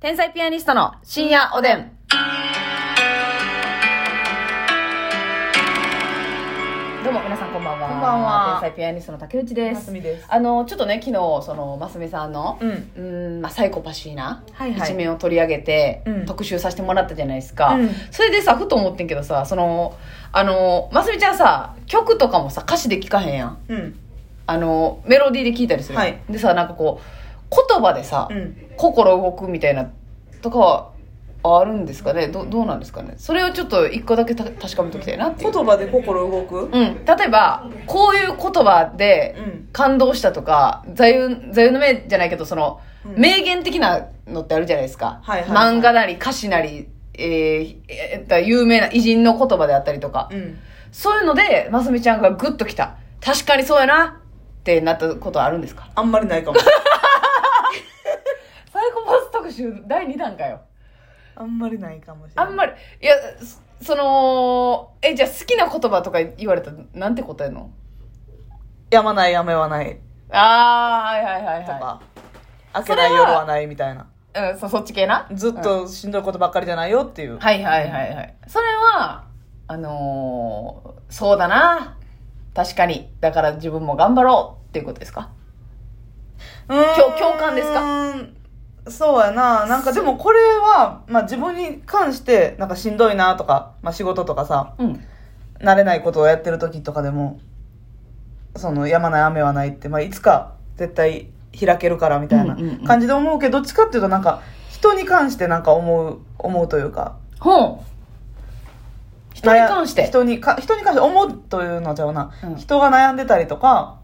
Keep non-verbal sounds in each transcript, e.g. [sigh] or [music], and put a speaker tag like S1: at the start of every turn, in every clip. S1: 天才ピアニストの深夜おでん。どうも皆さんこんばんは。
S2: こんばんは
S1: 天才ピアニストの竹内で。
S2: ますすみです
S1: あの、ちょっとね、昨日、その、ますみさんの、
S2: うん
S1: うーん、まあ、サイコパシーな
S2: はいはい
S1: 一面を取り上げて、
S2: うん
S1: 特集させてもらったじゃないですか。
S2: うん
S1: それでさ、ふと思ってんけどさ、その、あの、ますみちゃんさ、曲とかもさ、歌詞で聞かへんやん。
S2: うん
S1: あの、メロディーで聞いたりする。
S2: はい
S1: でさ、なんかこう、言葉でさ、
S2: うん
S1: 心動くみたいなとかはあるんですかねどどうなんですかねそれをちょっと一個だけた確かめておきたいなってい
S2: 言
S1: う、
S2: 葉で心動く
S1: うん、例えばこういう言葉で
S2: うん
S1: 感動したとか座右座右の銘じゃないけどその、
S2: うん
S1: 名言的なのってあるじゃないですか、
S2: はいはいはい
S1: 漫画なり歌詞なり、えーえーえー有名な偉人の言葉であったりとか、
S2: うん
S1: そういうのでますみちゃんがグッときた確かにそうやなってなったことはあるんですか
S2: あんまりないかも
S1: サイコパス特集第2弾かよ
S2: [laughs] あんまりないかもしれな
S1: あ
S2: い
S1: んまり、いや、そその、え、じゃあ好きな言葉とか言われたらなんて答えんの
S2: やまない雨はない
S1: あー、はいはいはい
S2: と
S1: は。
S2: か、明けない夜はないみたいない
S1: うん、そそっち系な。
S2: ずっとしんどいことばっかりじゃないよっていう、
S1: はいはいはいはい。それは、あのーそうだな。確かに。だから自分も頑張ろうっていうことですか
S2: うーん
S1: 共共感ですか
S2: うーんそうやななんかでもこれは、まあ、自分に関してなんかしんどいなとか、まあ、仕事とかさ
S1: うん。
S2: 慣れないことをやってる時とかでもそのやまない雨はないって、まあ、いつか絶対開けるからみたいな
S1: うんうんうん
S2: 感じで思うけど、どっちかっていうとなんか人に関してなんか思う思うというか
S1: ほう。人に関し
S2: 悩
S1: て。
S2: 人にか人に関して思うというのじゃうな、
S1: うん
S2: 人が悩んでたりとか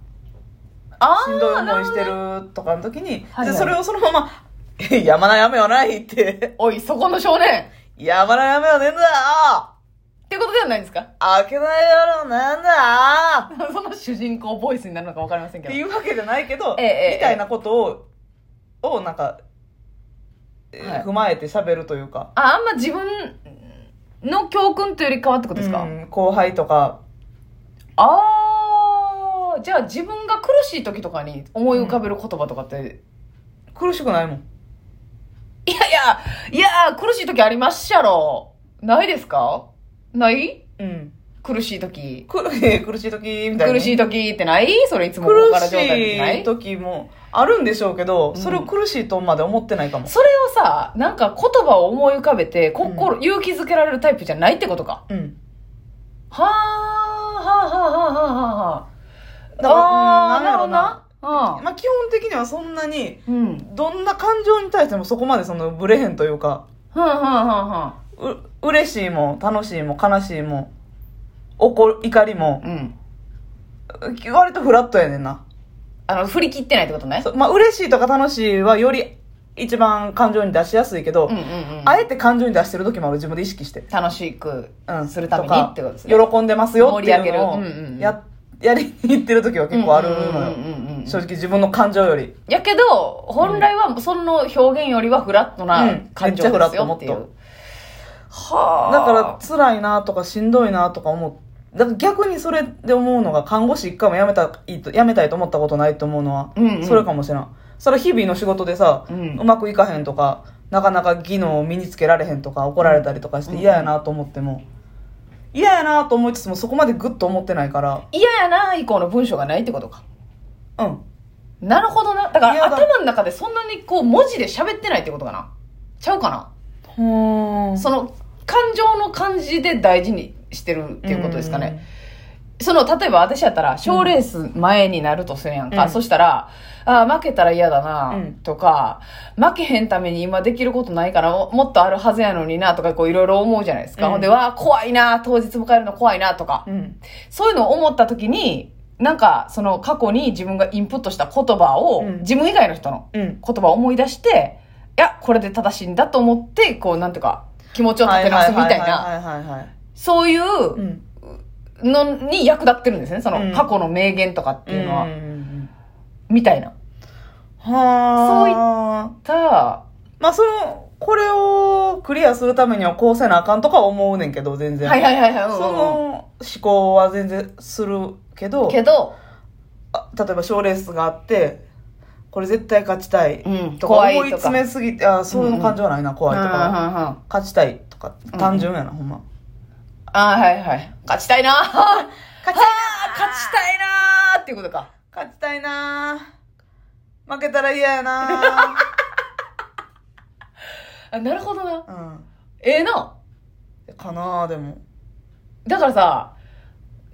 S1: あ
S2: しんどい
S1: ーな
S2: 思
S1: る
S2: い
S1: ほ
S2: し
S1: ど
S2: てるとかの時に、
S1: はいはい
S2: でそれをそのま [laughs] ま「やまない雨はない」って [laughs]
S1: おい、そこの少年。
S2: 「やまない雨はねえんだ
S1: ってことではないんですか [laughs]
S2: よ開けない夜はなんだよ」
S1: その主人公ボイスになるのかわかりません
S2: っ
S1: けど
S2: てい。うわけじゃないけど、
S1: ええええ
S2: みたいなことを、をなんか、えー
S1: はい
S2: 踏まえて喋るというか。
S1: あ、あんま自分の教訓というよりかはってことですか、
S2: うん後輩とか、
S1: ああ、じゃあ自分が苦しい時とかに思い浮かべる言葉とかって、
S2: 苦しくないもん。
S1: いやいや、いや、苦しい時ありまっしゃろ。ないですかない
S2: うん。
S1: 苦しい時。
S2: く [laughs] 苦しい時みたいな。
S1: 苦しい時ってないそれいつもここから
S2: 苦し
S1: 状態にない
S2: い時もあるんでしょうけど、
S1: ん
S2: それを苦しいとまで思ってないかも。
S1: それをさ、なんか言葉を思い浮かべて、心、勇気づけられるタイプじゃないってことか。
S2: うん。
S1: はあ、はあ、はあ、はあ、はあ、は
S2: だから
S1: あ。あ
S2: う
S1: ー、
S2: ん
S1: なるほど
S2: な
S1: な。うん
S2: まあ基本的にはそんなに、
S1: うん。うん。
S2: どんな感情に対してもそこまでそのブレへんというか、
S1: はあ、はあ、はあ、は
S2: う、嬉しいも、楽しいも、悲しいも、怒、怒りも
S1: あ。、うん。
S2: 割とフラットやねんな。
S1: あの、振り切ってないってことね。
S2: そうまあ、嬉しいとか楽しいはより一番感情に出しやすいけど、
S1: うんうんうん。
S2: あえて感情に出してる時もある自分で意識して。
S1: 楽しく
S2: うん。
S1: するために
S2: とか
S1: ってことですね。
S2: 喜んでますよっていうのを
S1: 盛り上げるうんうんうん
S2: や、 [laughs] やりに行ってる時は結構あるのよ。
S1: うんうんうんうんうん
S2: 正直自分の感情より。
S1: やけど、本来はその表現よりはフラット
S2: う
S1: なん感情ですよってい
S2: めっちゃフラットもっ
S1: う。はあ。
S2: だから、辛いなとかしんどいなとか思う。だから逆にそれで思うのが看護師一回も辞めたいと、辞めたいと思ったことないと思うのは、
S1: うんうん
S2: それかもしれん。それは日々の仕事でさ、
S1: う
S2: うんまくいかへんとか、なかなか技能を身につけられへんとか怒られたりとかして嫌やなと思っても、嫌やなと思いつつもそこまでグッと思ってないから、
S1: 嫌やな以降の文章がないってことか。
S2: うん。
S1: なるほどな。だから
S2: 嫌だ
S1: 頭の中でそんなにこう文字で喋ってないってことかな。ちゃうかな。
S2: ほーん
S1: その感情の感じで大事にしてるっていうことですかね。その、例えば私やったら、賞レース前になるとするやんか。
S2: うん
S1: そしたら、ああ、負けたら嫌だな
S2: うん、
S1: とか、負けへんために今できることないから、ももっとあるはずやのにな、とか、こういろいろ思うじゃないですか。
S2: うん
S1: ほんで、わあ、怖いな、当日迎えるの怖いな、とか。
S2: うん。うん。
S1: そういうのを思った時に、なんか、その過去に自分がインプットした言葉を、
S2: うん
S1: 自分以外の人の
S2: うん。
S1: 言葉を思い出して、いや、これで正しいんだと思って、こう、なんていうか、気持ちを立て直すみたいな、
S2: はいはいはいはいはい。
S1: そういう、
S2: うん。
S1: のに役立ってるんですね。そ
S2: うん
S1: の過去の名言とかっていうのは、
S2: んんうん
S1: みたいな。そうい
S2: はー。
S1: ただ、
S2: まあその、これをクリアするためにはこうせなあかんとかは思うねんけど、全然。
S1: はいはいはいはい。うんうん
S2: その思考は全然するけど、
S1: けど、
S2: あ例えば賞レースがあって、これ絶対勝ちたい
S1: うん
S2: とか
S1: 怖いとか
S2: 思い詰めすぎて、あそういう感情はないな、怖いとかは、
S1: あ
S2: 勝ちたいとか
S1: うん
S2: 単純やな、ほんま
S1: あー、はいはい。勝ちたいな勝
S2: 勝
S1: ち [laughs] 勝ちたいなーっていうことか。
S2: 勝ちたいなー負けたら嫌やな
S1: あ、なるほどな。
S2: ー、うん
S1: ええな。
S2: かなあでも
S1: だからさ、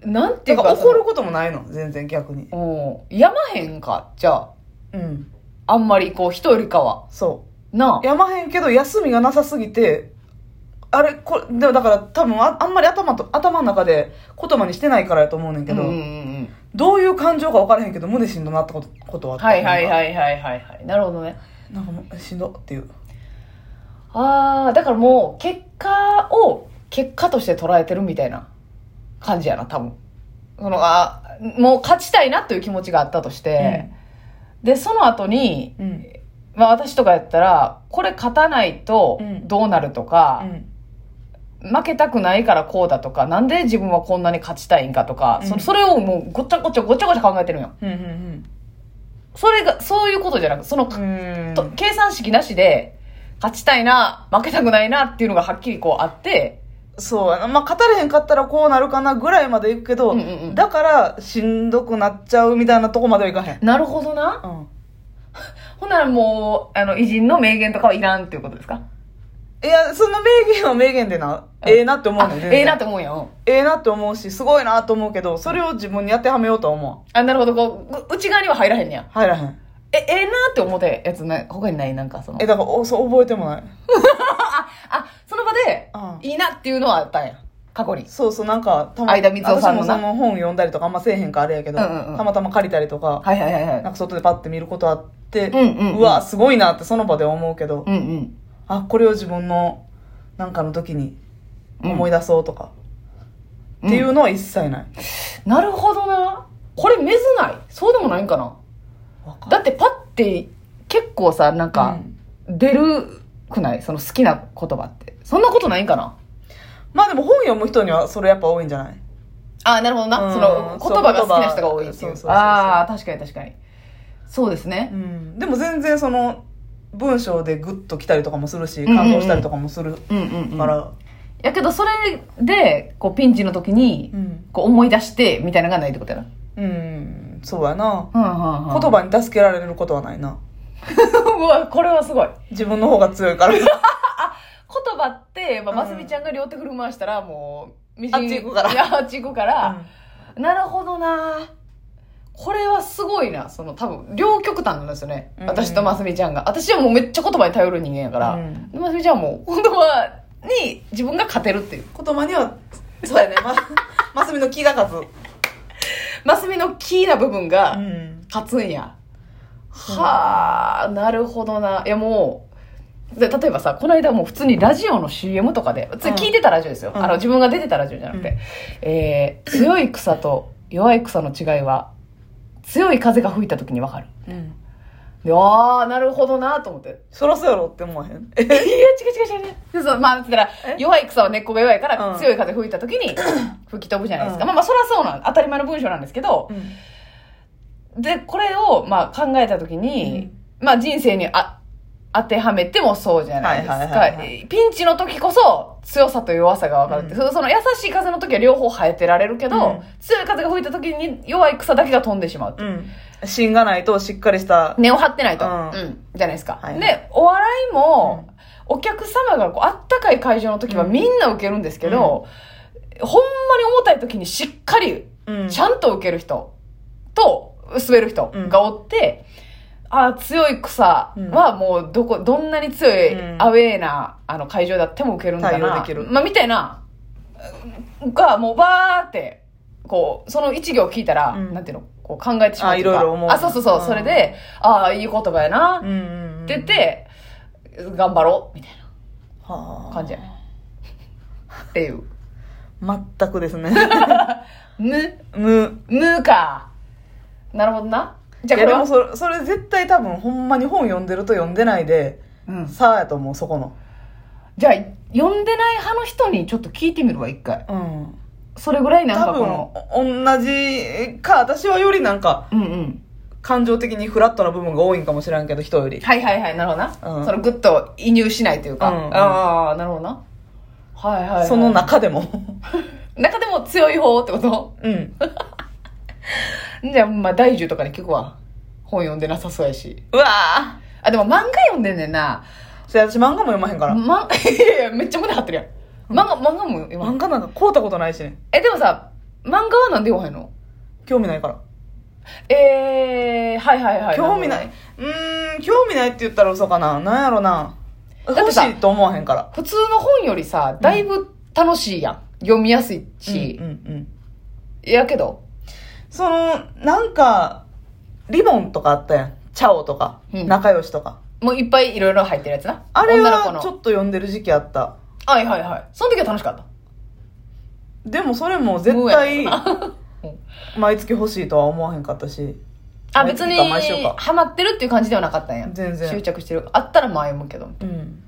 S1: なんてい
S2: て
S1: うか。
S2: か怒ることもないの全然逆に
S1: そのうん。やまへんか、じゃあ。
S2: うん
S1: あんまりこう、人よりかは。
S2: そ
S1: な
S2: うやまへんけど休みがなさすぎてあれこれでもだから多分ああんまり頭と頭の中で言葉にしてないからやと思うねん
S1: あ。
S2: けど、
S1: うんうんうん
S2: どういう感情か分からへんけど胸しんどなったことことはあった
S1: はいはい
S2: い
S1: はいはいはいはい。なるほどね。
S2: なんかもうしんどっていう
S1: ああ、だからもう、結果を、結果として捉えてるみたいな感じやな、多分。その、あーもう勝ちたいなという気持ちがあったとして、で、その後に、
S2: うん
S1: まあ私とかやったら、これ勝たないと
S2: うん
S1: どうなると
S2: う
S1: か、
S2: ん
S1: 負けたくないからこうだとか、なんで自分はこんなに勝ちたいんかとか、
S2: うん
S1: そそれをもうごちゃごちゃごちゃごちゃ考えてるんよ。
S2: うんうん
S1: それが、そういうことじゃなく、その、
S2: うんうん
S1: と計算式なしで、勝ちたいな、負けたくないなっていうのがはっきりこうあって、
S2: そうやな。まあ、語れへんかったらこうなるかなぐらいまでいくけど、
S1: うんうんうん
S2: だから、しんどくなっちゃうみたいなとこまではいかへん。
S1: なるほどな。
S2: うん。
S1: ほんならもう、あの、偉人の名言とかはいらんっていうことですか
S2: いや、その名言は名言でな、
S1: うん
S2: ええなって思う
S1: あ
S2: ねん。全然
S1: ええなって思うやん。
S2: ええなって思うし、すごいなと思うけど、それを自分に当てはめようとは思わん。
S1: あ、なるほど、こうう、内側には入らへんねや。
S2: 入らへん。
S1: え、ええなって思ったやつな、他にないなんかその
S2: え、。だから、おそう覚えてもない。
S1: あ、その場で
S2: うん、
S1: いいなっていうのはあったんや。過去に。
S2: そうそう、なんか、た
S1: 相田みつをさんの
S2: 私
S1: な
S2: もその本読んだりとかあんませえへんからあれやけど、
S1: うんうんうん
S2: たまたま借りたりとか、
S1: はいはいはいは
S2: なん
S1: い。
S2: か外でパッて見ることあって、
S1: うんうんうん
S2: わ、すごいなってその場で思うけど、
S1: うんうん。
S2: あ、これを自分の、なんかの時に思い出そうとか、
S1: うん
S2: っていうのは一切ない。
S1: なるほどな。これ、めずない。そうでもないんかな。
S2: わか
S1: だって、パって、結構さ、なんか、出るくないその好きな言葉って。そんなことないんかな
S2: まあでも本読む人にはそれやっぱ多いんじゃない
S1: あなるほどな。
S2: うん
S1: その、言葉が好きな人が多いって
S2: そ
S1: いう
S2: そうそうそう
S1: う。ああ、確かに確かに。そうですね。
S2: うん、でも全然その文章でグッと来たりとかもするし感動したりとかもする
S1: うんうんうん。
S2: から、
S1: やけど、それで、こう、ピンチの時に、
S2: うん
S1: こう、思い出して、みたいなのがないってことやな。
S2: うん、そうやな
S1: うんうんうん。
S2: 言葉に助けられることはないな
S1: [laughs] うわ、これはすごい。
S2: 自分の方が強いから
S1: 言葉って、まあ、
S2: うん
S1: ますみちゃんが両手振る回したら、もう、み
S2: あっち行くから
S1: いや、あっち行くから。なるほどなこれはすごいな。その、多分、両極端なんですよね。
S2: うん
S1: 私とますみちゃんが。私はもうめっちゃ言葉に頼る人間やから。
S2: うん
S1: でますみちゃんはもう、言葉に自分が勝てるっていう。
S2: [laughs] 言葉にはそうやねま [laughs] ますみの気が勝
S1: ますみのキーな部分
S2: つ、う
S1: が
S2: ん、
S1: 勝つんや。
S2: う
S1: はあ、なるほどな。いや、もう、で例えばさ、この間もう普通にラジオの CM とかで、普通に聞いてたラジオですよ。
S2: うん
S1: あの、自分が出てたラジオじゃなくて。
S2: うん
S1: えー強い草と弱い草の違いは、強い風が吹いた時にわかる。
S2: うん、
S1: でああ、なるほどなと思 [laughs] って。
S2: そらそうやろって思わへんえ
S1: いや、違う違う違う違う。でそう、まあ、だから
S2: え、
S1: 弱い草は根っこが弱いから、
S2: うん
S1: 強い風吹いた時
S2: [clears throat]
S1: に吹き飛ぶじゃないですか。
S2: うん
S1: まあまあ、そりゃそうなん、当たり前の文章なんですけど、で、これを、まあ、考えた時に、まあ、人生にあ当てはめてもそうじゃないですか。
S2: はいはいはいはい
S1: えーピンチの時こそ、強さと弱さが分かるって、そその優しい風の時は両方生えてられるけど、
S2: うん
S1: 強い風が吹いた時に弱い草だけが飛んでしまうっていう
S2: うん、芯がないとしっかりした、
S1: 根を張ってないと、
S2: う
S1: うんんじゃないですか、
S2: はい
S1: でお笑いも
S2: う、
S1: お客様がこうあったかい会場の時は
S2: うん
S1: みんな受けるんですけど、ほんまに重たい時にしっかり
S2: うん
S1: ちゃんと受ける人と滑る人がおって、ああ強い草はもうどこどんなに強い
S2: うん
S1: アウェーなあの会場だっても受けるんだな
S2: 対応できる
S1: まあ、みたいながもうバーってこうその一行聞いたら、
S2: うん
S1: なんていうのこう考えてしまうというか
S2: あいろいろ思う
S1: あそうそうそう、
S2: うん
S1: それでああいい言葉やな
S2: うんうんうん
S1: って言って、頑張ろうみたい
S2: は
S1: な
S2: あ
S1: 感じやねっていう
S2: 全
S1: [laughs]
S2: くですね
S1: む
S2: 無
S1: むかなるほどなじゃ
S2: い
S1: あ
S2: や
S1: これ
S2: で
S1: は
S2: もそれそれ絶対多分ほんまに本読んでると読んでないで
S1: うん
S2: 差やと思うそこの
S1: じゃあ読んでない派の人にちょっと聞いてみるわ一回
S2: うん
S1: それぐらいなん
S2: 多
S1: かこの
S2: 分同じか私はよりなんか
S1: うんうん
S2: 感情的にフラットな部分が多いんかもしれんけど、人より。
S1: はいはいはい、なるほどな。
S2: うん
S1: そのグッと移入しないというか。
S2: うんうん
S1: ああ、なるほどな。はいはい、はい。
S2: その中でも。
S1: [laughs] 中でも強い方ってこと [laughs]
S2: うん。
S1: じゃあ、まあ、大樹とかに聞くわ。本読んでなさそうやし。
S2: うわぁ。
S1: あ、でも漫画読んでんねんな。
S2: それ私漫画も読まへんから。
S1: ま、 [laughs] いやいや、めっちゃ胸張ってるやん。漫画、漫画も今。
S2: 漫画なんか買うたことないしね。
S1: え、でもさ、漫画はなんで読まへんの
S2: 興味ないから。
S1: えー、はいはいはい。
S2: 興味ない。。うーん、興味ないって言ったら嘘かな。なんやろな。
S1: ってさ
S2: 欲しいと思わへんから。
S1: 普通の本よりさ、だいぶ楽しいやん。読みやすいし。
S2: うんうんうん。
S1: やけど。
S2: その、なんか、リボンとかあったやん。チャオとか、
S1: うん
S2: 仲良しとか。
S1: もういっぱいいろいろ入ってるやつな。
S2: あれ
S1: 女の子
S2: は
S1: の
S2: ちょっと読んでる時期あった。
S1: はいはいはい。その時は楽しかった。
S2: でもそれも絶対
S1: 無や
S2: [laughs] 毎月欲しいとは思わへんかったし。
S1: あ、別に、
S2: 毎月か毎週か
S1: ハマってるっていう感じではなかったんや。
S2: 全然
S1: 執着してる。あったら前向くけど。
S2: うん。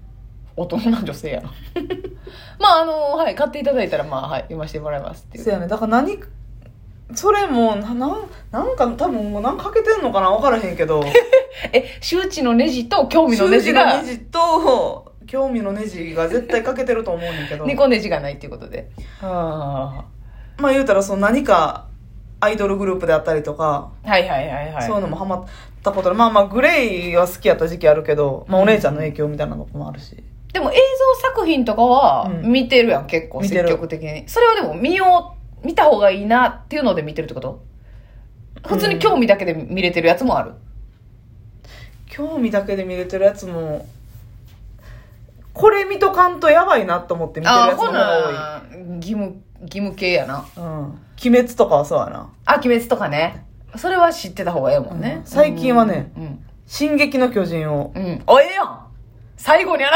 S1: 大人な女性やな。 [laughs] まあ、あのはい、買っていただいたら、まあ、はい、読ませてもらいますってい
S2: そう
S1: う。
S2: やね。だから何、それも、な、なんなんか多分もう何かけてんのかなわからへ
S1: [laughs]
S2: んけど。
S1: え、周知のネジと興味のネ
S2: 数
S1: ジ
S2: 字の
S1: が
S2: ネ、ジと、興味のネジが絶対かけてると思うねんだ
S1: [laughs]
S2: けど。
S1: 猫ネジがないっていうことで。は
S2: まあ言うたらその何かアイドルグループであったりとか、
S1: いはいはいはい。
S2: そういうのもハマったことで、まあまあグレイは好きやった時期あるけど、まあ
S1: う
S2: お
S1: ん
S2: 姉ちゃんの影響みたいなのもあるし。
S1: でも映像作品とかは
S2: うん
S1: 見てるやん、結構
S2: 見て
S1: 積
S2: る
S1: 極的に。それはでも見よう、見た方がいいなっていうので見てるってこと普通に興味だけで見れてるやつもある。
S2: 興味だけで見れてるやつも、これ見とかんとやばいなと思って見てる
S1: あ
S2: や
S1: あ、
S2: つの
S1: ほ
S2: 方が
S1: な、義務、義務系やな。
S2: 多い。うん。鬼滅とかはそうやな。
S1: あ、鬼滅とかね。それは知ってた方がええもんね。
S2: うん最近はね
S1: うん。
S2: 進撃の巨人を。
S1: うん。あ、ええやん最後にあな